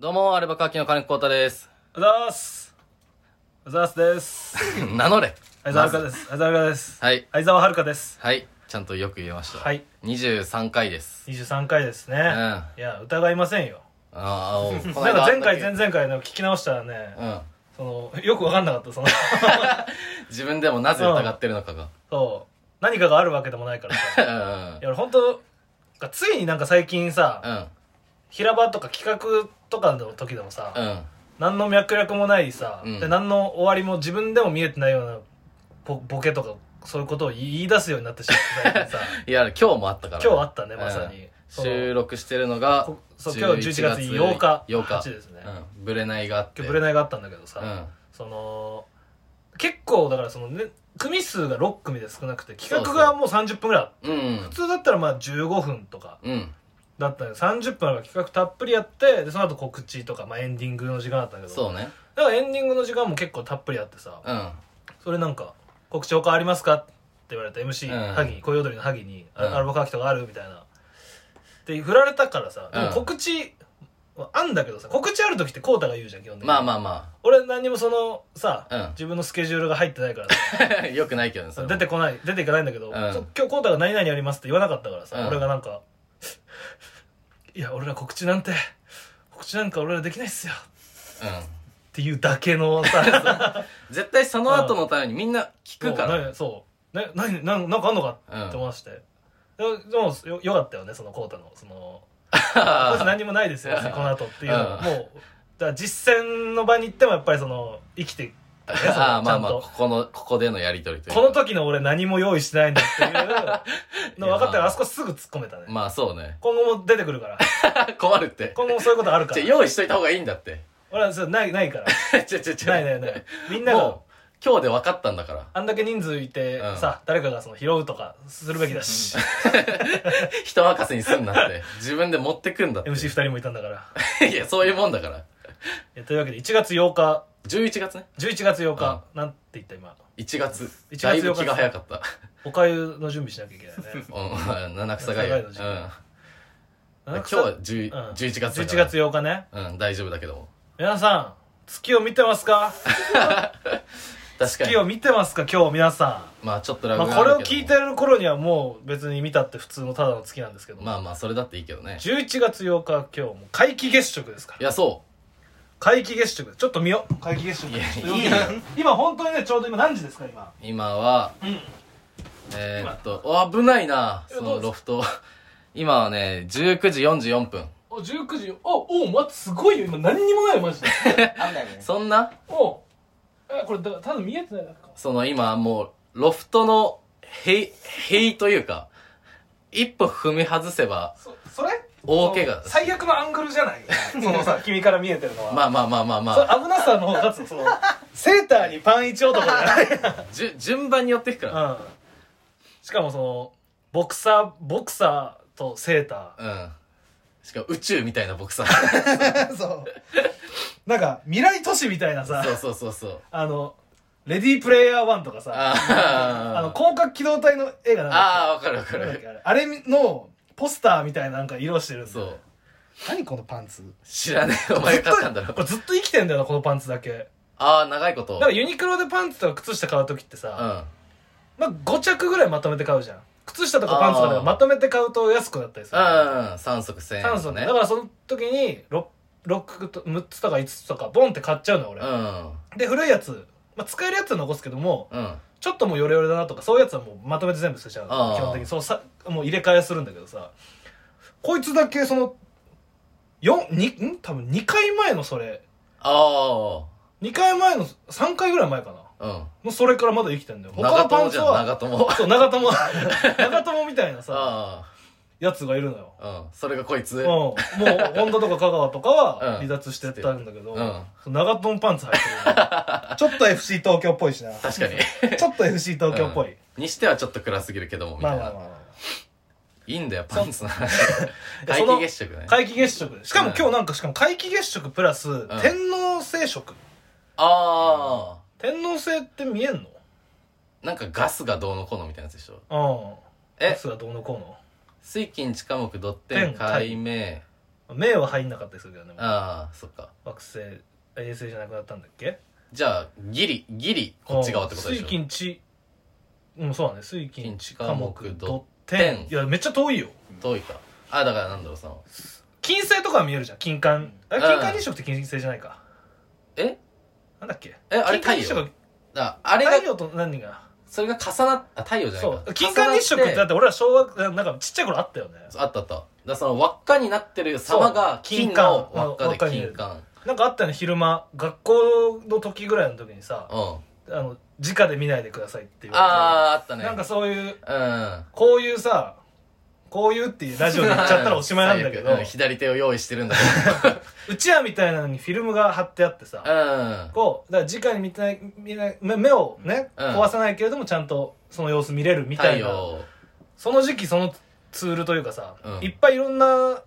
どうも、アルバカーキの金子幸太です。 おざーすおざーすです。名乗れ。相沢はるかです。相沢はるかです。はい。相沢はるかです。はい。ちゃんとよく言えました。はい。 23回です。 23回ですね。んいや、疑いませんよ。あ ーおうこのな間んかあっ前たっ回、け前々回の聞き直したらね、うん。その、よくわかんなかっ た、その、自分でもなぜ疑ってるのかが。そう、何かがあるわけで もないからさ。いや、俺ほんと、ついになんか最近うさ、ん。平場とか企画とかの時でもさ、うん。何の脈絡もないさ、うんで何の終わりも自分でも見えてないようなボボケとか、そういうことを言い出すようになってしまって最近さ、いや、今日もあったからね。今日あったねまさにうんその収録してるのがこ、そう今日11月8日8日。 8ですねうん。ぶれないがあって。今日ブレない。ないがあったんだけどさ、うん。その結構だからその、ね、組数が6組で少なくて企画そがうもう30分ぐらいうん普。通だったらまあ15分とかうん。だったんで30分あれば企画たっぷりやってでその後告知とか、まあ、エンディングの時間だったんだけどそうね。だからエンディングの時間も結構たっぷりあってさうん。それなんか「告知他ありますか?」って言われた MC うん萩恋踊りの萩に「あうんアルバカーキとかある?」みたいなで振られたからさでうもん告知はあんだけどさ告知ある時ってコウタが言うじゃん基本的にまあまあま俺何にもそのさ、うん自分のスケジュールが入ってないからさあ。 よくないけどね、それも出てこない出ていかないんだけど、ん今日コウタが「何々あります」って言わなかったからさ、うん俺がなんか「いや俺ら告知なんて告知なんか俺らできないっすよ」うん。っていうだけ のさ絶対その後のためにみんな聞くから。そうそうね何何なんかあんのかうんって思わせて、ででもよよかったよねそのコウタのその「こいつあ何もないですようんこの後っていうのうんもうだから実践の場に行ってもやっぱりその生きていくねそのち あー、まゃあんまあ、とここの、ここでのやりとりというかこの時の俺何も用意してないんだっ ていうの分かったかいやらあそこすぐ突っ込めたねまあそうね。 今後も出てくるから困るって。今後もそういうことあるかじゃあら用意しといた方がいいんだって。 俺はそうないないからちょ ちょちょ。ないないないみんながもう、今日で分かったんだから。あんだけ人数いてうんさ誰かがその拾うとかするべきだし人任せにすんな って。自分で持ってくんだって。 MC2 人もいたんだから いや、そういうもんだから。えというわけで1月8日11月ね。 11月8日なんて言った今1月。 1月だいぶ8気が早かった。 おかゆの準備しなきゃいけないねうん、七草がゆ。う七ん。草今がゆ日の時期は10なんかさうん11月だ11から。月8日ねうん、大丈夫だけども。皆さん月を見てますか確かに月。を見てますか今日皆さんまあちょっとラグまがあ、あこれをるけ聞いどもてる頃にはもう別に見たって普通のただの月なんですけど、まあまあ、それだっていいけどね。 11月8日は今日も皆既月食ですかいらや、そ皆既月食ちょっと見よう皆既月食いやちょっと見いいよよう今本当にねちょうど今何時ですか今う。今は、えーっと、お危ないな、えどそうのロフト。 今はね、19時44分。お19時おお待ってすごいよ今何にもないよマ ジでそんな、おえこれだから多分見えてないだけかその今もう、ロフトの、へい、へいというか、一歩踏み外せば、そそれ大怪我その最悪のアングルじゃ ないそのさ君から見えてるのは、まあまあまあまあまあ、それ危なさの方がつそ のセーターにパン一男じゃないじゅ、順番に寄っていくかうんしかもそのボクサーボクサーとセータら。うん。しかも宇宙みたいなボク サー。 ーそうなんか未来都市みたいなさそうそうそうそう。あのレディープレイヤー1とかさあのあー広角機動隊の映画なんあー、だわかるわかっけなんだる。っけあれあれのポスターみたいななんか色してるんだよそう。何このパンツ知らねえ、お前が買ったんだずっとろこ。れずっと生きてんだよなこのパンツだけああ、長いこと。だからユニクロでパンツとか靴下買う時ってさ、うん。まあ、5着ぐらいまとめて買うじゃん靴下とかパンツとあかーまとめて買うと安くなったりするうん、3足1000円酸素ねねだからその時に 6, 6と6つとか5つとかボンって買っちゃうの俺、で古いやつ、まあ、使えるやつは残すけどもうんうんちょっともうヨレヨレだなとかそういうやつはもうまとめて全部捨てちゃうのあー基本的にそうさもう入れ替えするんだけどさこいつだけその4にん多分2回前のそれあ2回前の3回ぐらい前かなあうんのそれからまだ生きてんだよ他長のパン友ツじゃんは長 友そう長友長友みたいなさあやつがいるのよあうんそれがこいつうん、もう本田とか香川とかはうん離脱してったんだけど、うん長友パンツ履いて るちょっと FC 東京っぽいしな確かにちょっと FC 東京っぽうい、んにしてはちょっと暗すぎるけどもみまたあいまあなまあ、いいんだよパンツの話や皆 その既月食ね皆既月食しかもうん今日なんかしかも皆既月食プラス、天王星食あ天王星って見えんあなんかガスがどうのこうのみたいなやつでしょのうんえガスがどうのこうの水金地火木土天天海明う目は入んなかったりするけどねああそっか惑星衛星じゃなくなったんだっけじゃあギリギリこっち側ってことでしょ水金地うんそうだね水金金地地火火木木土土天天いやめっちゃ遠いよ遠いかあだからなんだろうその金星とかは見えるじゃん金環あれ金環日食って金星じゃないかえなんだっけえあれ金環日食だあれが太陽と何がそれが重なっあ太陽じゃないそかう金環日食ってだ重なって俺ら小学なんかちっちゃい頃あったよねあったあっただからその輪っかになってる様がそう金貨を輪っ金環かで輪っかに入れ金る環なんかあったよね昼間学校の時ぐらいの時にさうんああの直で見ないでくださいっていうあーあったねなんかそういううんこういうさこういうっていうラジオで言っちゃったらおしまいなんだけど 最悪うん左手を用意してるんだうちわみたいなのにフィルムが貼ってあってさけどうんこうだから直に見てない見ない目目をね、うん壊さないけれどもちゃんとその様子見れ るみたいな太陽その時期そのツールというかさ、うんいっぱいいろんな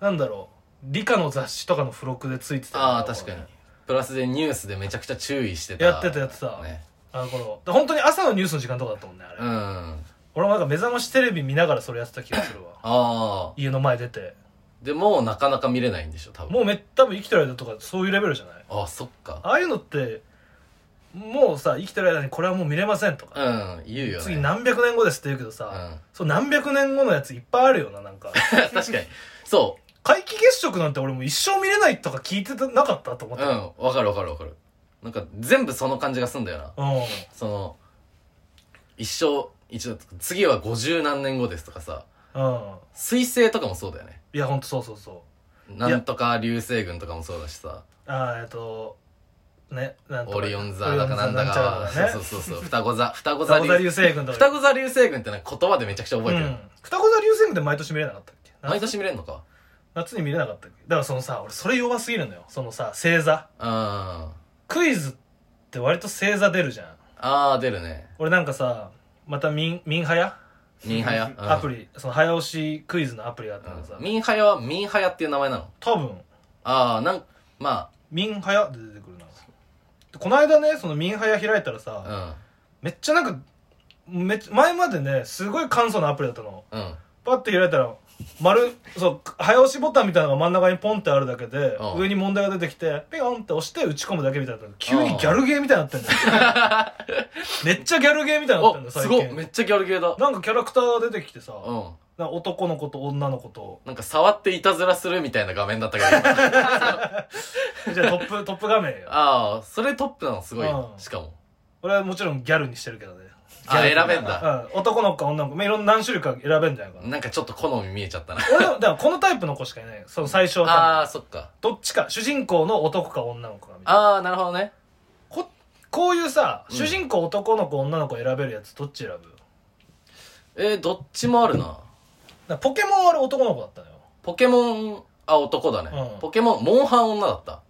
なんだろう理科の雑誌とかの付録でついてたああ確かにプラスでニュースでめちゃくちゃ注意してたやってたやってた、ねあの頃だから本当に朝のニュースの時間とかだったもんねあれ、うんあ俺もなんか目覚ましテレビ見ながらそれやってた気がする わあ家の前出てでもうなかなか見れないんでしょ多分もうめ多分生きてる間とかそういうレベルじゃないああそっかああいうのってもうさ生きてる間にこれはもう見れませんとか、うん言うよね次何百年後ですって言うけどさ、うんそう何百年後のやついっぱいあるよななん か確かにそ皆既月食なんて俺もう一生見れないとか聞いてなかったと思っうてうた、んわかるわかるわかるなんか全部その感じがすんだよなうんその一生一度次は五十何年後ですとかさうん彗星とかもそうだよねいやほんとそうそうそなんとか流星群とかもそうだしさうああえっとねなんとかオリオン座だかなんだオリオン座なんちゃらかだねそうそうそうそう双子座双子座双子座流流星群とか双子座流星群ってなんか言葉でめちゃくちゃ覚えてる、うん双子座流星群って毎年見れなかったっけ毎年見れんのか夏に見れなかったっけだからそのさ俺それ弱すぎるのよそのさ星座うんあクイズって割と星座出るじゃんあ出るね俺なんかさまたミンミンハヤミンハヤ、うん アプリその早押しクイズのアプリがあったんだけどうさんミンハヤはミンハヤっていう名前なの多分ああなんまミンハヤで出てくるなでこの間ねそのミンハヤ開いたらさ、あめっちゃなんかめっちゃ前までねすごい簡素なアプリだったのうんうんパッて開いたら丸そう早押しボタンみたいなのが真ん中にポンってあるだけで、うん上に問題が出てきてピヨンって押して打ち込むだけみたいな急にギャルゲーみたいになってんだよ めっちゃギャルゲーみたいになってんおだよす最ごい近めっちゃギャルゲーだなんかキャラクターが出てきてさ、うんなんか男の子と女の子となんか触っていたずらするみたいな画面だったけど今 じゃあトップトップ画面よああそれトップなのすごいようんしかも俺はもちろんギャルにしてるけどねあギャル選べんだうん、男の子か女の子、まあ、いろんな何種類か選べんじゃないかななんかちょっと好み見えちゃったな俺でもだからこのタイプの子しかいないよその最初は多分ああそっかどっちか主人公の男か女の子かみたいなああなるほどねここういうさ、うん主人公男の子女の子選べるやつどっち選ぶだかえー、どっちもあるならポケモンは俺男の子だったのポケモンあ男だね、うんポケモンモンハン女だったよ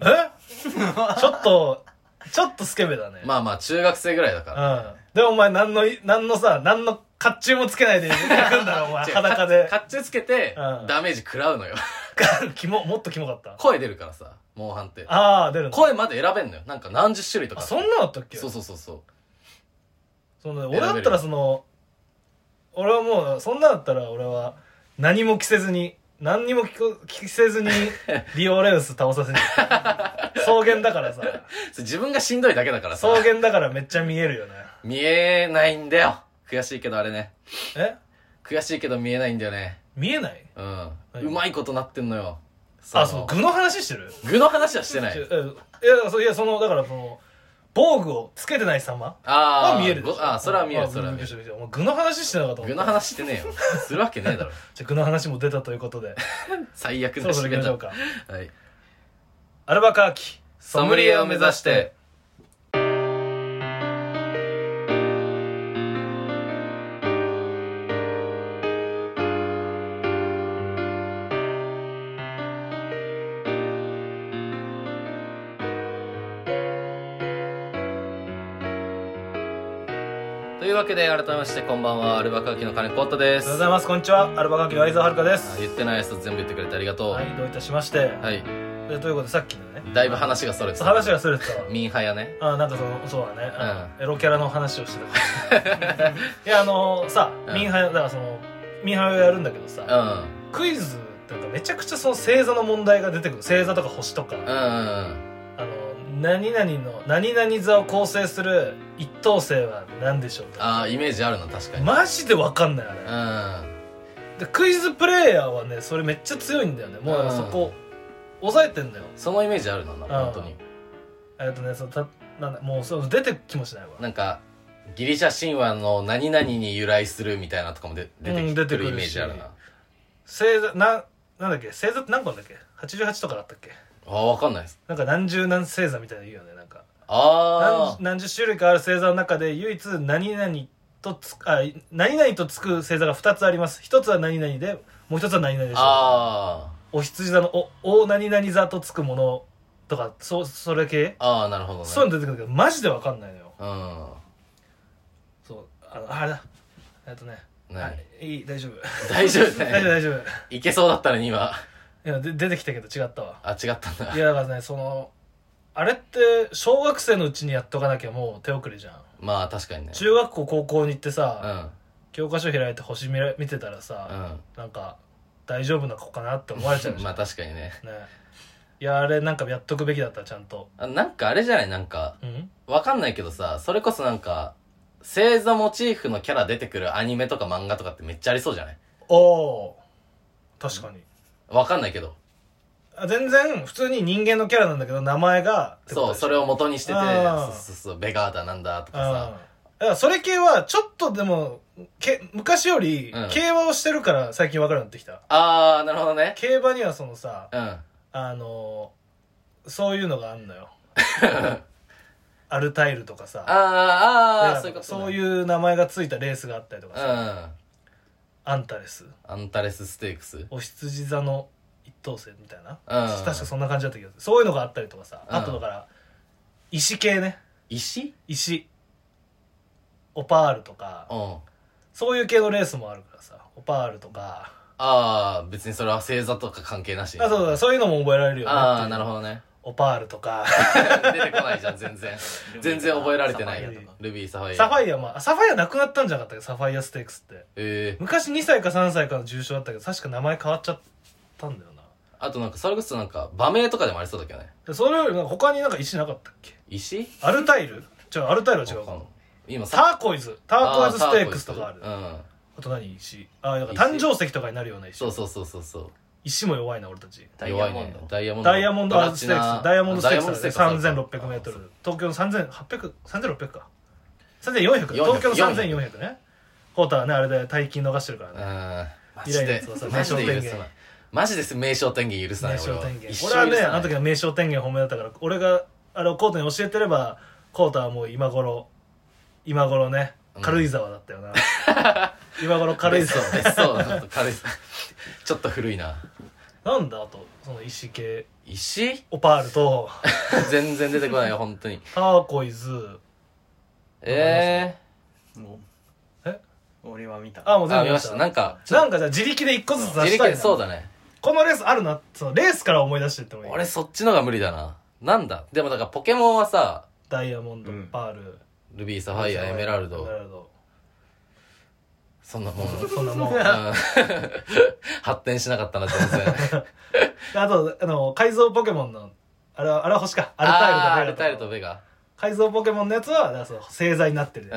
えちょっとちょっとスケベだね、まあまあ中学生ぐらいだからうんでもお前何の何のさ何の甲冑もつけないで行くんだろお前違う裸でかかっちゅうつけて、うんダメージ食らうのよ キモもっとキモかった声出るからさモンハンってああ出るの声まで選べんのよなんか何十種類とあかそんなのあったっけそうそうそうそうその俺だったらその俺はもうそんなだったら俺は何も着せずに何にも着こ着 せずにリオレウス倒させに行く草原だからさそれ自分がしんどいだけだからさ草原だからめっちゃ見えるよね見えないんだよ悔しいけどあれねえ悔しいけど見えないんだよね見えないうん、いうまいことなってんのよあそそのう具の話してる具の話はしてなち ょいえいやそういやそのだからその防具をつけてない様あはあ見えるでしょあーそれは見えあるそれは見びえっくりしるたびっくりしたもう具の話してなかった具の話してねえよ するわけねえだろじゃあ具の話も出たというこ とで最悪そだろそしろめ行きましょだうかはいアルバカーキソムリエを目指してというわけで改めましてこんばんはアルバカーキの金子太でおはよすうございますこんにちはアルバカーキの相沢遥ですあ言ってないやつ全部言ってくれてありがとうはい、どういたしまして。はい、でということで、さっきのね。だいぶ話がそれてそうた話がすれてたわ。ミンハヤねあなんかその、そうだね。あのエロキャラの話をして た。いや、あのさ、うんミンハヤ、だからその、ミンハヤをやるんだけどうさ、んクイズってなんかめちゃくちゃその星座の問題が出てくる星座とか星とか、うんうんあの何々の何々座を構成する一等星は何でしょうとかああイメージあるな確かにマジで分かんないあれ、うんでクイズプレイヤーはねそれめっちゃ強いんだよねもうなんかそこ、抑えてんだよそのイメージあるななんかうん本当にえっとねそのたなんだもうそう出てきもしないわなんかギリシャ神話の何々に由来するみたいなとかもで出てうんき出ててくるるしイメージあるな星座ななんだっけ星座って何個なんだっけ88とかだったっけああわかんないですなんか何十何星座みたいなの言うよねなんかあ何何十種類かある星座の中で唯一何々とつくあ何々とつく星座が2つあります1つは何々でもう1つは何々であしょあうお羊座のおお何々座とつくものとかそそれ系あああなるほどねそういうの出てくるけどマジで分かんないのようんそうあのあれだえっとね何あいい大丈夫大丈夫 大丈夫ね大丈夫いけそうだったのに今いやで出てきたけど違ったわあ違ったんだいやだからねそのあれって小学生のうちにやっとかなきゃもう手遅れじゃんまあ確かにね中学校高校に行ってさ、うん教科書開いて星見ら見てたらさ、なんか大丈夫な子かなって思われちゃううじんゃまんあ確かにねねいやあれなんかやっとくべきだったちゃんとあなんかあれじゃないなんかうんわかんないけどさそれこそなんか星座モチーフのキャラ出てくるアニメとか漫画とかってめっちゃありそうじゃないおお確かに、わかんないけどあ全然普通に人間のキャラなんだけど名前がってことそうでしょそれを元にしててあそうーそうそうベガーだなんだとうかんさだからそれ系はちょっとでもけ昔よりうん競馬をしてるから最近分かるようになってきた、あーなるほどね競馬にはそのさうんあのそういうのがあん のよアルタイルとかさあーあーそうでいうこと、ね、そうういう名前がついたレースがあったりとかんさ、アンタレスアンタレスステークスうんお羊座の一等星みたいな、確かかそんな感じだったけどそういうのがあったりとかさ、うんあとだから石系ね石石オパールとかうんそういう系のレースもあるからさオパールとかああ別にそれは星座とか関係なしあそうだそういうのも覚えられるよねああなるほどね オパールとか出てこないじゃん全 然全然覚えられてないサファイアとルビーサファイアサファイアまあサファイアなくなったんじゃなかったっけサファイアステークスってええ昔2歳か3歳かの重賞だったけど確か名前変わっちゃったんだよなあとなんかそれこそなんか場名とかでもありそうだけどねでそれよりなんか他になんか石なかったっけ石アルタイル違うアルタイルは違うわかんかない今ターコイズターコイズステークスとかあるうあんと何石あだから石誕生石とかになるような石そうそうそうそうそう石も弱いな俺たちダイヤモ弱いンねドダイヤモンドダイヤモンドプラスチテナークスダイヤモンドステーダイヤモクス三ンドステ千ー六クス百メートル東京の三千八百三千六百か三千四百東京の三千四百ねコータはねあれで大金逃してるからうねんマ以ジ来のでやつはさマジで許名さ将ない天マジです名称天元許さない名称天元一俺は生許ねさないあの時の名称天元本命だったから俺があれをコータに教えてればコータはもう今頃今頃ね軽井沢だったよ な今頃軽井別沢荘別荘だな軽井沢ちょっと古いななんだあとその石系石オパールと全然出てこないよ本当にターコイズえもうえ俺は見たあえもうー、全あ部見見ままししたたななんんかかじゃあ自力で一個ずつ出自したい力なそうだねこのレースあるなそのレースから思い出してってもいい俺そっちのが無理だななんだでもだからポケモンはさダイヤモンド、うんパールルビーサファイアエメラルエメドラルドそんな もんうんそんなもんで発展しなかったな全然あとあの改造ポケモンのあれはあれは星かアルタイルとあーかアルタイルとベガ改造ポケモンのやつはだからその星座になってるや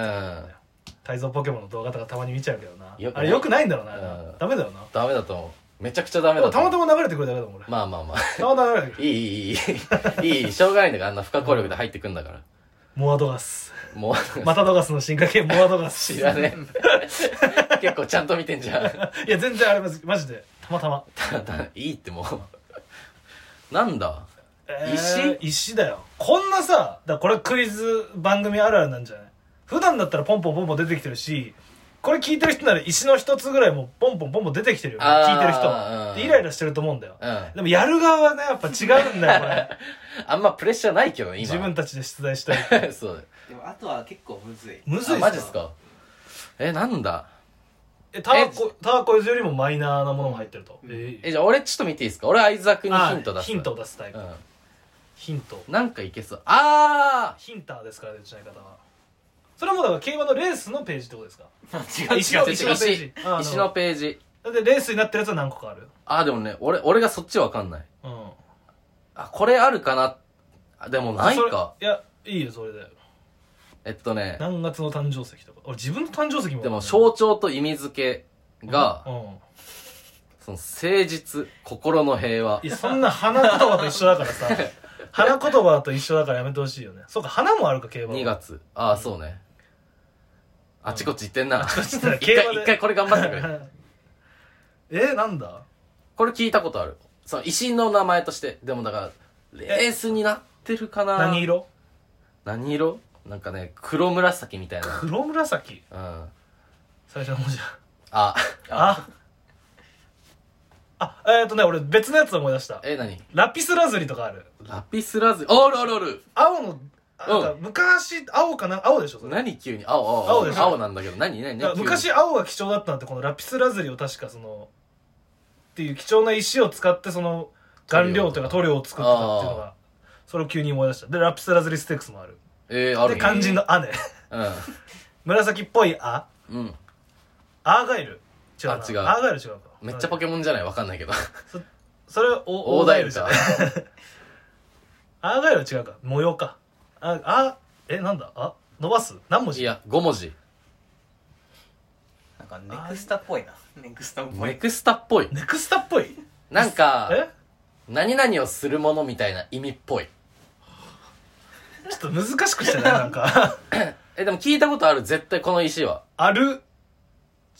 うつん改造ポケモンの動画とかたまに見ちゃうけどなよくあないれよくないんだろうな、あれうなんダメだよなダメだと思うめちゃくちゃダメでだもとた思うまたま流れてくれたけど俺まあまあまあたまたま流れてくるいいいいいいいいいしょうがないんだからあんな不可抗力で入ってくんだからモアド ガスもうマタドガスの進化系モアドガス知らねえ 結構ちゃんと見てんじゃん いや全然あれマジマジでたまたま、ただいいってもうなんだえー石だよこんなさだからこれクイズ番組あるあるなんじゃない普段だったらポンポンポンポン出てきてるしこれ聞いてる人なら石の一つぐらいもうポンポンポンポン出てきてるよあー聞いてる人はうんでイライラしてると思うんだようんあでもやる側はねやっぱ違う んだよこれんまプレッシャーないけどね今自分たちで出題した いそうだよでもあとは結構むずいむずいあマジっすかえなんだえターコターコイズよりもマイナーなものも入ってると、うんえじゃあ俺ちょっと見ていいですか俺相沢君にあヒント出すヒントを出すタイプ、うヒントんなんかいけそうあヒンターですからねうちの相方はそれはもうだから競馬のレースのページってことですか違う違う石違うの石のページー石のページだってレースになってるやつは何個かあるああ、でもね、俺、俺がそっちわかんない。うんあ、これあるかなあでもないか。それいやいいよそれでえっとね、何月の誕生石とか俺自分の誕生石もでも象徴と意味付けがう、んその誠実、心の平和い。やそんな花言葉と一緒だか らさ花言葉と一緒だからやめてほしいよねそうか花もあるか競馬は2月。ああ、そうね。あちこち行ってんな。ちだ一競馬回、で一回これ頑張ってくれ。 えなんだこれ聞いたことある。その、維新の名前として。でもだから、レースになってるかな何色何色なんかね、黒紫みたいな。黒紫うん。最初の文字あ、 ああえっ、ー、とね俺別のやつ思い出したえ、何ラピスラズリとかあるラピスラズリ。ああるあるある。青のなんか昔青かな青でしょそれ何急に青、青、青青で。しょ青なんだけど、何、何、だか何ら。昔青が貴重だったのってこのラピスラズリを確かそのっていう貴重な石を使ってその顔料というか塗料を作ってたっていうのがそれを急に思い出したでラピスラズリステークスもあるえー、あるで肝心の「あ」ね 紫っぽい「あうん。 うん。」アーガイル違うなあ違うアーガイル違うかめっちゃポケモンじゃないわかんないけど。それはおオオーーダダイイルルじゃかない。アーガイルは違うか模様かああえなんだあ伸ばす何文い字や、5文字。なんかネクスタっぽいなネクスタっぽネいクスタっぽい。ネクスタっぽいなんか、え何々をするものみたいな意味っぽい。ちょっと難しくしてないなんかえ、でも聞いたことある、絶対この石は。ある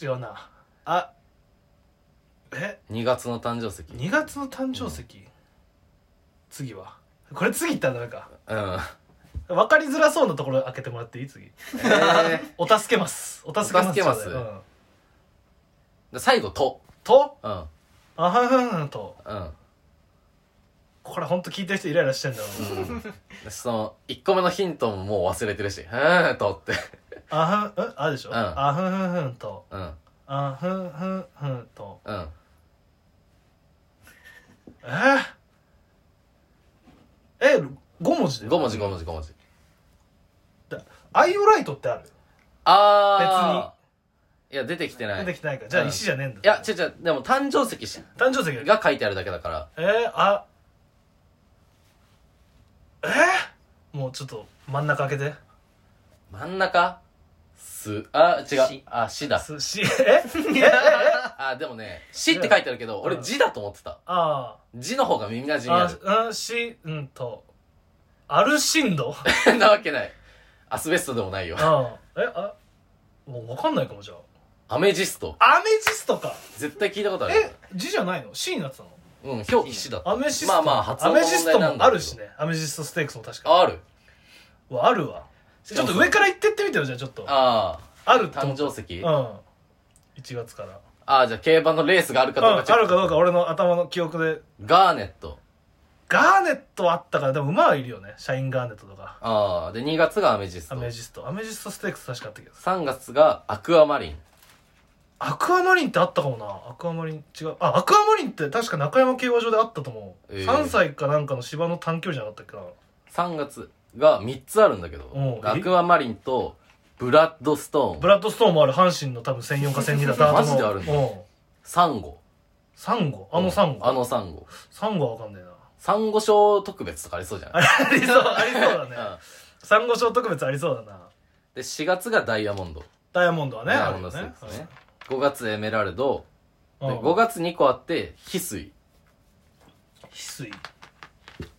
違うなあえ2月の誕生石。 2月の誕生石、次はこれ次行ったらダメかうん。分かりづらそうなところ開けてもらっていい次えお助けますお助けますお助けますちょうだいうんー、最後、と。とうん。うん。あははははと うんこれ本当聞いてる人イライラしてんだろうなその、1個目のヒントももう忘れてるし。う ーん、とって。あふん、んあでしょ、うんあふんふんふんと、うん。あふんふんふんと。うん。えー、え、五文字で5文字、5文字、5文字。アイオライトってあるあー。いや、出てきてない。出てきてないから。じゃあうん石じゃねえんだ。いや、違う違う、でも誕生石し誕生石が。が書いてあるだけだから。えー、あ。えー、もうちょっと真ん中開けて。真ん中す、あ、違うし。あ、し だ。すし、えええあ、でもね、しって書いてあるけど、俺うん字だと思ってた。あ字の方が耳馴ー染みああ、あ、し、うんと。アルシン ドる。なわけない。アスベストでもないよ。あーえ、あ、もうわかんないかもじゃアメジスト。あ。アメジストか。絶絶対聞いたことある。え字じゃないの C になってたのうん、表記しだった。アメシストまあまあ、発ア音のメシ問ス題トなんもだけどあるしねアメシストステークスも確かある。にあるわちょっと上から行ってってみてよじゃあちょっとああるあ。と思誕って生石うん1月からああ、じゃあ競馬のレースがあるかうんどうあかるチェックかどうか俺の頭の記憶でガーネット。ガーネットはあったからでも馬はいるよねシャインガーネットとかああ。で、2月がアメジスアト。メジストアメジストステークス確かあったけど3月がアクアマリン。アクアマリンってあったかもなアクアマリン違うあアクアマリンって確か中山競馬場であったと思う、えー3歳かなんかの芝の短距離じゃなかったっ3月が3つあるんだけどお、うアクアマリンとブラッドストけなーブン、ラッドストーンもある阪神の多分1004か1002だっ たマジであるんだうんサンゴ。サンゴあのサンゴ、あのサンゴ。サンゴはわかんないな。サンゴ礁特別とかありそうじゃないありそう、ありそうだね。 うんサンゴ礁特別ありそうだな。で、4月がダイヤモンド。ダイヤモンドはね、ダイヤあモるンドよステーねクス。ね。5月エメラルド。で、うん5月2個あって、翡翠。翡翠。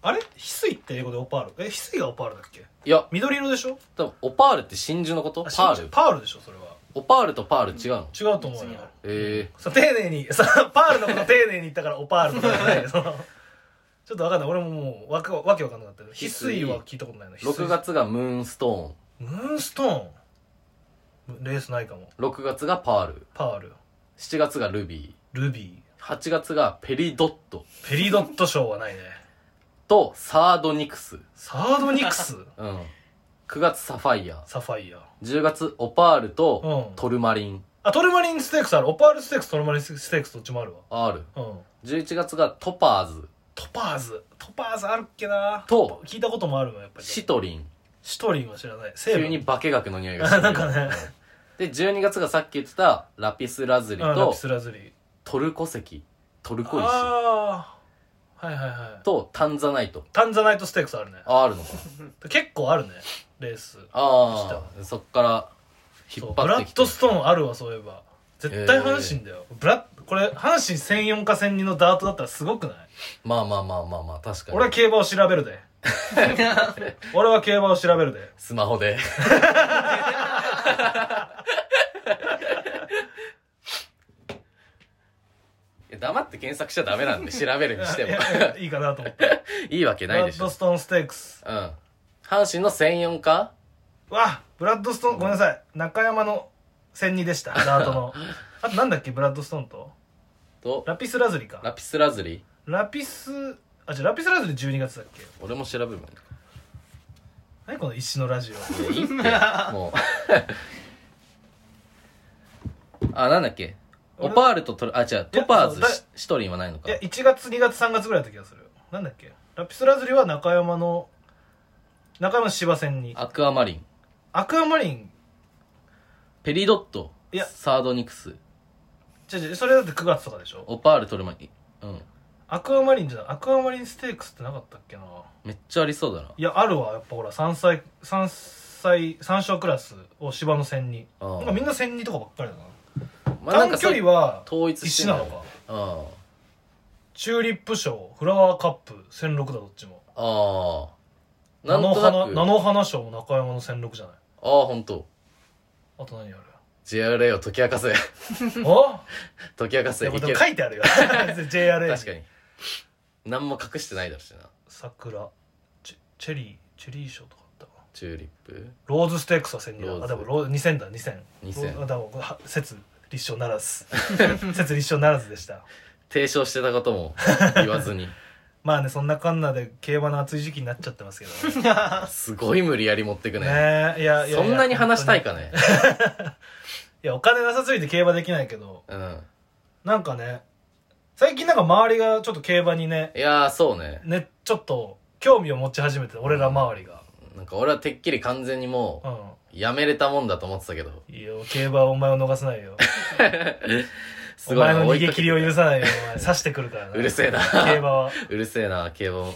あれ翡翠って英語でオパール。え、翡翠がオパールだっけいや、緑色でしょ多分、オパールって真珠のことあパ真ー珠ルパールでしょ、それは。オパールとパール違うの違うと思うよ別にある。えさ、丁寧に、 さ、パールのこと丁寧に言ったからオパールとかじ ゃない。そのちょっとわかんない。俺ももう、わけわけわかんなかったけど。翡翠翠は聞いたことないな。ー、翡6翠。月がムーンストムーンストーン。レースないかも。ーン。6月がパール。パール。 7月がルビルー。ビ8月がペリドット。ー。ペリドット賞はないね。と、サードニクス。サードニ クス。うん。9月サファイア。サファイア。 10月オパールとうんトルマリン。あ、トルマリンステークスある。オパールステークス、トルマリンステークスどっちもあるわ。 R。うん。 11月がトパーズ。トパーズ。トパーズあるっけなと聞いたこともあるわ、やっぱり。シシトリン。トリンは知らない。セ急にー化学の匂い ブ。がする。なんかね、で、12月がさっき言ってたラピスラズリうんラとピスラズリ。トルコ石トルコ石ああはいはいはいとタンザナイトタンザナイトステークスあるねああるのかな結構あるねレースああそっから引そうっブ張っラてッきてドストーンあるわそういえば絶対阪神だよ、ブラッこれ阪神1004か1002のダートだったらすごくないまあまあまあまあまあ確かに俺は競馬を調べ るで俺は競馬を調べるでスマホで いや黙って検索しちゃダメなんで調べるにしてもいいかなと思っていいわけ ブないラでッしょドストーンステークスうん阪神の1004かわブラッドストーンごめんなさい中山の1002でしたダート のあとなんだっけブラッドストーンととラピスラズリかラピスラズリラピスあじゃラピスラズリ12月だっけ俺も調べるもん何この一種の ラジオいやいいって もうあなんだっけオ俺パールとトルあ違うトパーズそうだしシトリンはないのかいや1月2月3月ぐらいだった気がするなんだっけラピスラズリは中山の中山の芝戦にアクアマリンアクアマリンペリドットいやサードニクス違う違うそれだって9月とかでしょオパールトルマリンうんアクアマリンじゃないアクアマリンステークスってなかったっけなめっちゃありそうだないやあるわやっぱほら3歳3歳3勝クラスを芝の戦にあーなんかみんな戦にとかばっかりだな,、まあなんか短さ距離は統一一して緒んだなよのねかあチューリップ賞フラワーカップ1006だどっちもあああな菜んのとな花く菜の花賞も中山の1006じゃないああ本当あ と何やる JRA を解き明かせ あ解き明かせいいけやでもる書いてあ るよ JRA 確かに何も隠してないだろうしな桜チェチェリーチェリー賞とかあったかなチューリップローズステークスは1000ロー人ズあでもロー2000だ2000 2000あでもこれは説立証ならず 説立証ならずでした提唱してたこと も言わずにまあねそんなこんなで競馬の熱い時期になっちゃってます けどすごい無理やり持ってくねねねえいやいやいやそんなに話したい本かね当にいやお金なさすぎて競馬できないけどうんなんかね最近なんか周りがちょっと競馬にねいやーそうねねちょっと興味を持ち始めて俺ら周りがなんか俺はてっきり完全にもううんやめれたもんだと思ってたけどいいよ競馬はお前を逃さないよ すおごい前なの追逃いげかけ切てりを許さないよお前刺してくるからなうるせえな競馬はうるせえな競馬も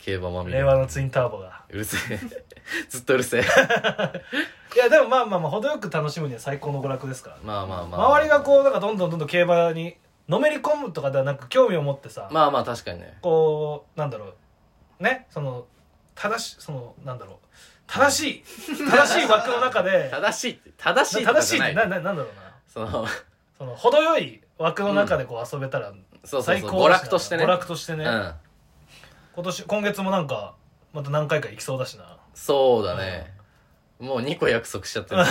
競馬まみれ令和のツインターボがうるせえ ずっとうるせえいやでもまあまあまあ程よく楽しむには最高の娯楽ですから、まあまあまあ周りがこうなんかどんどんどんどん競馬にのめり込むとかではなく興味を持ってさ、まあまあ確かにねこうなんだろうねその正しそのなんだろう正しい正しい枠の中で正しいって 正しいとか正しじいゃっなていなななんだろうなそのその程よい枠の中でこう遊べたらそうそう最そう高娯だしな楽としてね娯楽としてね、うん今年今月もなんかまた何回か行きそうだしなそうだねもう2個約束しちゃ ってる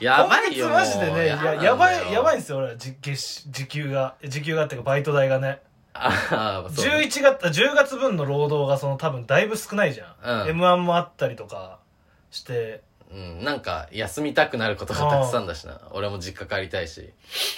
やばいよ今月マジでもうねいややばいやばいいんですよ俺らじ月し時給が時給がっていうかバイト代がねああそうね11月10月分の労働がその多分だいぶ少ないじゃん、うん m 1もあったりとかしてうんなんか休みたくなることがたくさんだしな俺も実家帰りたいし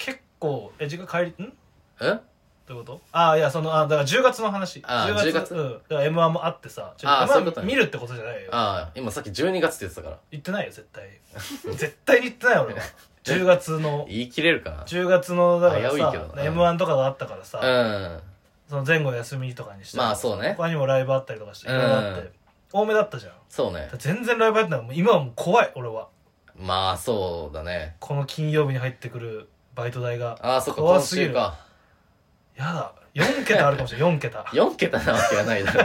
結構え時間帰りんうんどういうことああいやそのあだから10月の話あー10月うん、だから m 1もあってさちょあー m そういうこと1ね見るってことじゃないよああ今さっき12月って言ってたから言ってないよ絶対 絶対に言ってない俺は10月の言い切れるか10月のだから危ういけどさな m 1とかがあったからさ、なうんその前後休みとかにしてまあそうね他にもライブあったりとかしていろいろあって、うん多めだったじゃんそうね全然ライブやってないもう今はもう怖い俺はまあそうだねこの金曜日に入ってくるバイト代がああそっか怖今すぎる週かやだ4桁あるかも しれない4桁4桁なわけがないだろ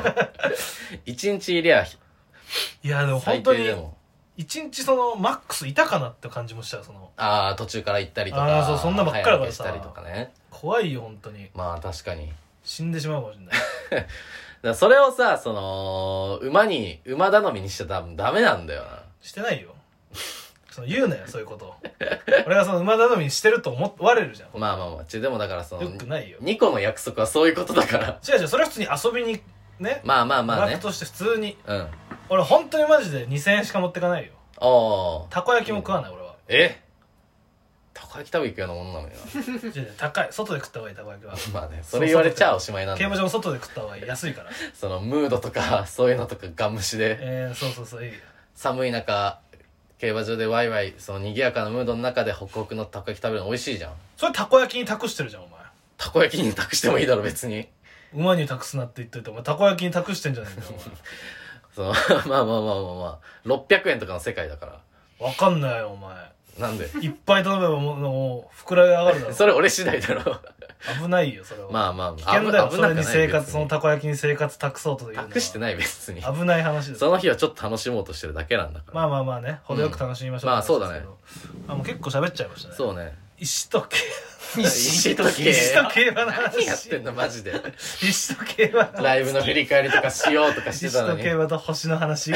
1日いりゃいやでも本最当低にでも一日そのマックスいたかなって感じもしたよそのああ途中から行ったりとあかあそうそんなばっかりだからさ早抜けしたりとかね怖いよ本当にまあ確かにだか死んでしまうかもしれないらそれをさその馬に馬頼みにしちゃ多分ダメなんだよなしてないよその言うなよそういうこと俺がその馬頼みにしてると思われるじゃんまあまあまあちでもだからそのよくないよ2個の約束はそういうことだから 違う違うそれは普通に遊びにねまあまあまあマッねクとして普通にうんあ俺本当にマジで2000円しか持ってかないよあたこ焼きも食わない俺はえたこ焼き食べ行くようなもんなのよ違う違う高い外で食った方がいいたこ焼きはなまあねそれ言われちゃおしまいなん競だ馬場の外で食った方がいい安いからそのムードとかそういうのとかがむしでえー、そうそうそういい寒い中競馬場でワイワイその賑やかなムードの中でホクホクのたこ焼き食べるの美味しいじゃんそれたこ焼きに託してるじゃんお前たこ焼きに託してもいいだろ別に馬に託すなって言っといてお前たこ焼きに託してんじゃねえかよその まあまあまあまあまあ600円とかの世界だかお 前わかんないよお前らなんでいっぱい頼めばもうもう膨らみ上がるだ ろそれ俺次第だろ 危ないよそれは、まあまあ危険だよ危そなくれないに生別活そのたこ焼きに生活託そうというのは託してない別に危ない話ですその日はちょっと楽しもうとしてるだけなんだからまあまあまあね程よく楽しみましょう、うんまあそうだねあもう結構喋っちゃいましたねそうね石と競 石と競石と競馬の何話やってんのマジで石と競馬の話ライブの振り返りとかしようとかして石たのとに競馬と星 の話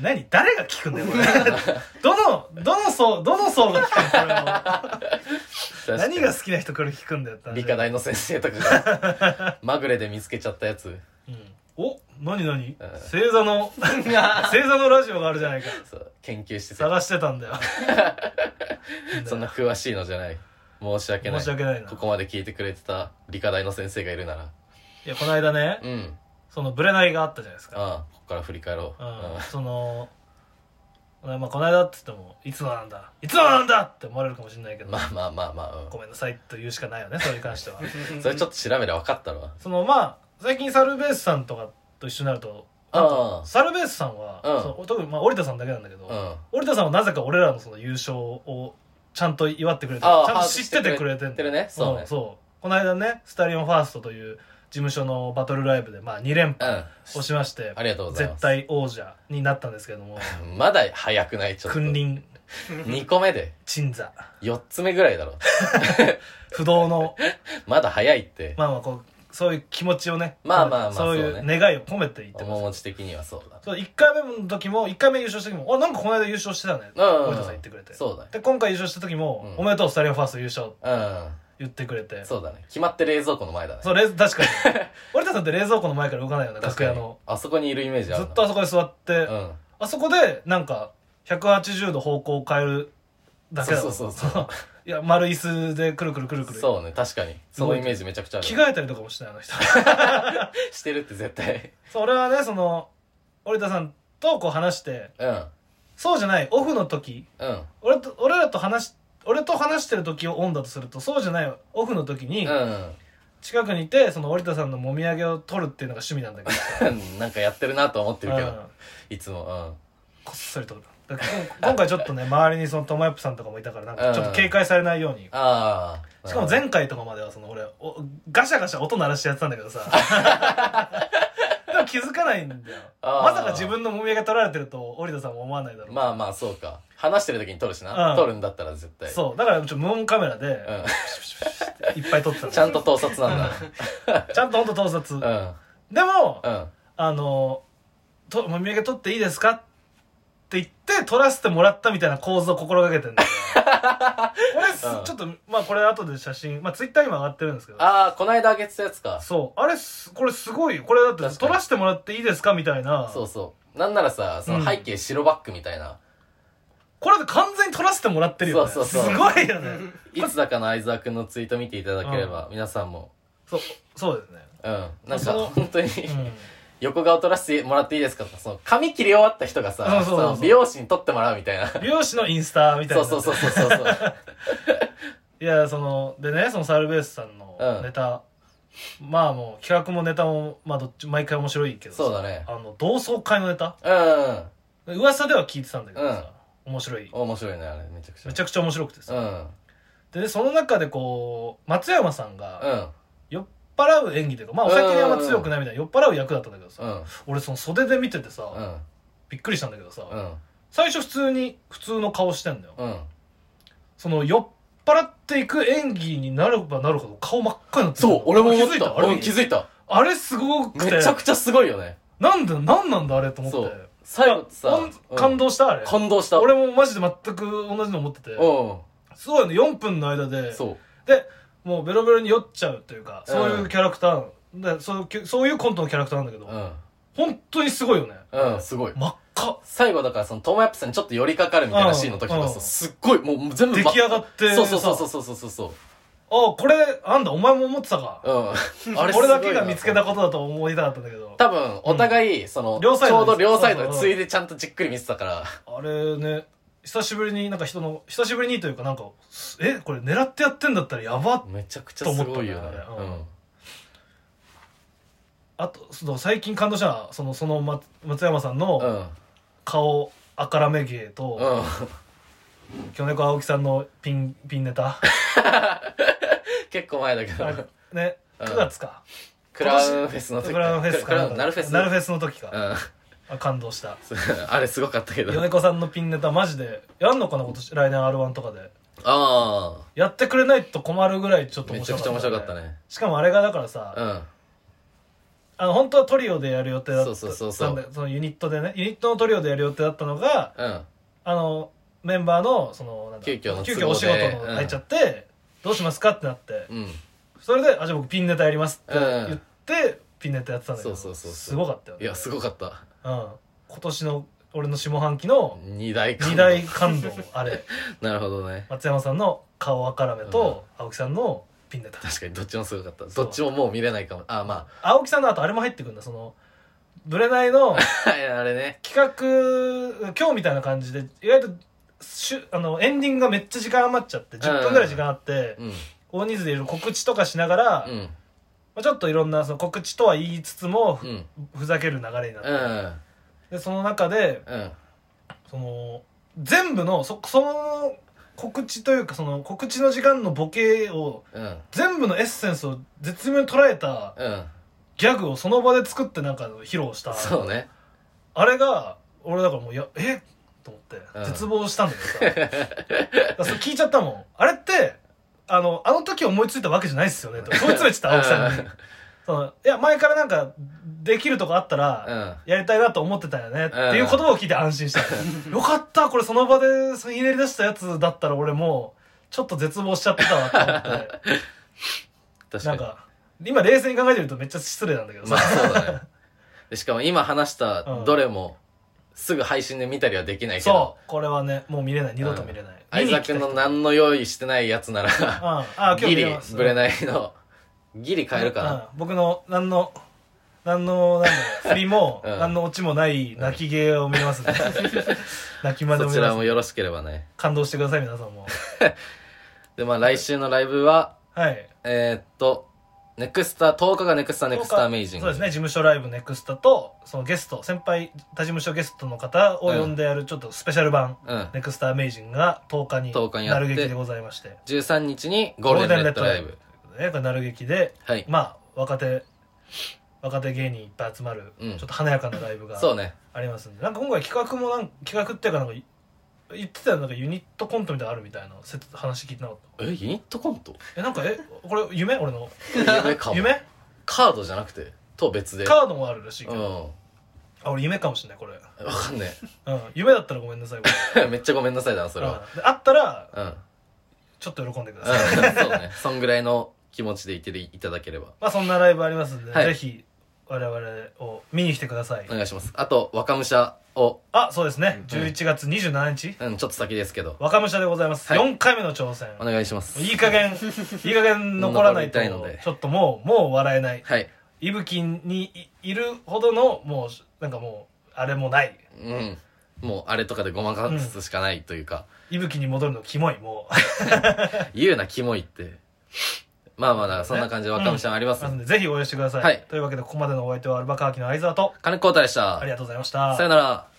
何誰が聞くんだよこれどのどの層どの層が聞くのこれは確かに何が好きな人これ聞くんだよって話理科大の先生とか がまぐれで見つけちゃったやつうんお何何うん星座の 星座のラジオがあるじゃないかそう研究してさ探してたんだよ そんな詳しいのじゃない申し訳ない申し訳ないなここまで聞いてくれてた理科大の先生がいるならいやこの間ねうんそのブレないがあったじゃないですかああここから振り返ろう、うんその、まあ、この間って言っても「いつのなんだいつのなんだ!」って思われるかもしれないけうん ど、まあまあまあまあ、ごめんなさいと言うしかないよねそれに関しては うん、それちょっと調べりゃ分かったわそのまあ最近サルベースさんとかと一緒になるとなんあかあサルベースさんは、うんその特に、まあ、織田さんだけなんだけど、うんあ織田さんはなぜか俺らのその優勝をちゃんと祝ってくれてるああちゃんと知っててくれて把握してくんのれてるねそうねんそうこの間ねスタリオンファーストという事務所のバトルライブで、まあ、2連覇うんをしましてありがとうございま絶す対王者になったんですけどもまだ早くないちょっと君臨2個目で鎮座4つ目ぐらいだ ろ不動の まだ早いってまあまあこうそういう気持ちをねまあまあまあそういそううね願いを込めて言って面ます持ち的にはそうだそう1回目の時も1回目優勝した時も「あなんかこの間優勝してたね」ってうん森田さん言ってくれてそうだで今回優勝した時もう「んおめでとうスタリオンファースト優勝」ね言ってくれてうんそうだね決まって冷蔵庫の前だねそう冷確 かに森田さんって冷蔵庫の前から動かないよね楽屋のあそこにいるイメージあずるっなとあそこで座ってうんあそこでなんか180度方向を変えるだけだもんそうそうそうそういや丸椅子でくるくるくるくるそうね確かにそのイメージめちゃくちゃある着替えたりとかもしてないあ の人してるって絶対そう俺はねその織田さんとこう話してうんそうじゃないオフの時うん俺と俺らと話し俺と話してる時をオンだとするとそうじゃないオフの時にうん 近くにいてその織田さんのもみあげを取るっていうのが趣味なんだけどうんなんかやってるなとは思ってるけうどんいつもこっそり取るだから今今回ちょっとね周りにそのトマヤップさんとかもいたからなんうかんちょっと警戒されないようにうんああしかも前回とかまではその俺おガシャガシャ音鳴らしてやってたんだけどさでも気づかないんだよあーまさか自分のもみあげ取られてると織田さんも思わないだろうまあまあそうか話してる時に撮るしうなん撮るんだったら絶対そうだからちょっと無音カメラで、うプシュプシュプシュっていっぱい撮ってたんのちゃんと盗撮なんちゃんとほんと盗撮、だでも、うんうんあのともみあげ撮っていいですかって言って撮らせてもらったみたいな構図を心がけ てんだよ俺、うんちょっとまあこれ後で写真まあツイッターにも上がってるんですけどああこないだあげてたやつかそうあれすこれすごいよこれだって確か撮にらせてもらっていいですかみたいなそうそうなんならさその背景白バックみたいなこれで完全に撮らせてもらってるよねそうそうそうすごいよねいつだかの相沢君のツイート見ていただければ皆さんもそうそうでうんなんそかの本当にすね、うん横顔撮らせてもらっていいですかとかその髪切り終わった人がさそうそうそうそうその美容師に撮ってもらうみたいな 美容師のインスタみたいそなうそうそうそうそうそう いやそのでねそのサルベースさんのうんネタ、まあもう企画もネタもまあどっち毎回面白いけどさそうだねあの同窓会のネタうん噂では聞いてたんだけどさ、面白い面白いねあれめちゃくちゃめちゃくちゃ面白くてさ、うんでねその中でこう松山さんうがん酔っ払う演技というかまあお酒にあんま強くないみたいな酔っ払う役だったんだけどさ、うん俺その袖で見ててさ、うんびっくりしたんだけどさ、うん最初普通に普通の顔してんだよ、うんその酔っ払っていく演技になればなるほど顔真っ赤になってくるそう俺も思っ気づいたあ俺もれ気づいたあれすごくめてちゃくちゃすごいよねなんでなんなんだあれと思っそてう最後さほんうん感動したあれ感動した俺もマジで全く同じの思っててうすごいね4分の間でんそうでもうベロベロに酔っちゃうというかうんそういうキャラクター、でそういうきそういうコントのキャラクターなんだけど、うん本当にすごいよね、うんすごい真っ赤最後だからそのトモヤップさんにちょっと寄りかかるみたいなシーンの時とかうんさすっごいもう全部出来上がってそうそうそうそうそうそうそうあこれあんだお前も思ってたか うん。あれすごい俺なだけが見つけたことだと思いたかったんだけど多分、お互い、その、ちょ両サイドうど両サイそドうでそうついでちゃんとじっくり見てたから、あれね久しぶりになんか人の久しぶりにというかなんかすえこれ狙ってやってんだったらやばっめちゃくちゃすごいよね。と思ったうねん。あとその最近感動したのはそのその松松山さんうのん。顔あからめ芸と、うん。 去年青木さんのピンピンネタ結構前だけど、ねうん9月か、クラウンフェスの時クラウンフェスクかラなウんンかナルフェス。ナルフェスの時か、うん。あ感動したそう あれすごかったけど。あ米子さんのピンネタマジでやんのかな今年来年 r 1とかであやってくれないと困るぐらいちょっー。とめ面ちゃ白くかっちゃた,、面白かったね。しかもあれがだからさ、うん。あの本当はトリオでやる予定だったんだそうそうそうそうそのユニットでねユニットのトリオでやる予定だったのがうん。あのメンバーのそのなんだ急遽の都合でお仕事の入っちゃって、どうしますかってなってうん。それで「あじゃあ僕ピンネタやります」ってうん言って、ピンネタやってたんだけどそうそうそうそうすごかったよいねや、すごかった。うん、今年の俺の下半期の二大感動二大感 動あれなるほどね。松山さんの顔あからめと、青木さんのピンネタ確かにどっちもすごかった。そうどっちももう見れないかも。あ、 ま青木さんの後あれも入ってくるんだそのブレないのあ。はい、あれね。企画今日みたいな感じで意外としゅあのエンディングがめっちゃ時間余っちゃって10分ぐらい時間あって、うん。大人数でいろいろ告知とかしながら、うん。まあ、ちょっといろんなその告知とは言いつつも、うん。ふざける流れになって、うん。でその中でうん。その全部のそその告知というかその告知の時間のボケをうん。全部のエッセンスを絶妙に捉えたうん。ギャグをその場で作ってなんか披露したそうね。あれが俺だからもういやえと思ってうん絶望したんだけどさだからそれ聞いちゃったもんあれってあのあの時思いついたわけじゃないっ すよねと問い詰めちゃった青木さんにそのいや前からなんかできるとこあったうらん。やりたいなと思ってたよねってうんいう言葉を聞いて安心した よかったこれその場でそのひねり出したやつだったら俺もうちょっと絶望しちゃってたわと 思って確かなんに。か今冷静に考えてみるとめっちゃ失礼なんだけどさまあそうだね。でしかも今話したどれも、すぐ配信で見たりはできないけどそ、うこれはねもう見れない二度と見れない相見に沢来た君人の何の用意してないやつなうんら、ああ今ギ日見リれます、ブレないの、ギリ変えるかな。うん僕の何の何の何の振りも、 うん何のオチもない泣き芸を見れます ね泣きまでそを見ちれらまもすよろしければね。感動してください皆さんもで、まあ来週のライブは、はいえーっと、ネクスタ、10日がネクスタネクスタアメイジング。そうですね事務所ライブネクスタとそのゲスト先輩他事務所ゲストの方を呼んでやるちょっとスペシャル版、うん。ネクスタアメイジングが10日に10日にやって鳴る劇でございまして13日にゴールデンレッドライブ。ねこれ鳴る劇ではい。まあ若手若手芸人いっぱい集まる、うんちょっと華やかなライブがそうね。ありますんでなんか今回企画もなん企画っていうかなんかい言ってたよなんかユニットコントみたいなのあるみたいなせ話聞いてなかっえ、ユニットコン トたえなんかえこれ夢俺の夢かも。夢カードじゃなくて、と別で。カードもあるらしいけうん。ど、わあ俺夢かもしれないこれ、かんねうん、夢だったらごめんなさいこれ、 え。めっちゃごめんなさいだな、それうんは。、であったらうん。うん。ちょっと喜んでください、そうね。そんぐらいの気持ちでいていただければ。まあそんなライブありますんで、はいぜひ我々を見に来てください、お願いします。あと、若武者を、あそうですね11月27日、うん、ちょっと先ですけど、若武者でございます、はい4回目の挑戦お願いします。いい 加減いい加減残らないと残りたいのでちょっともうもう笑えないはい。いぶきにいいるほどのもうなんかもうあれもないうん。もう、あれとかでごまかすしかないという か、いぶきに戻るのキモいも言うな、キモいって。まあまあ、だからそんな感じで若武者もありまうすな。のでぜひ応援してください、はいというわけでここまでのお相手はアルバカーキの相沢と金子太でした。ありがとうございましたさよなら。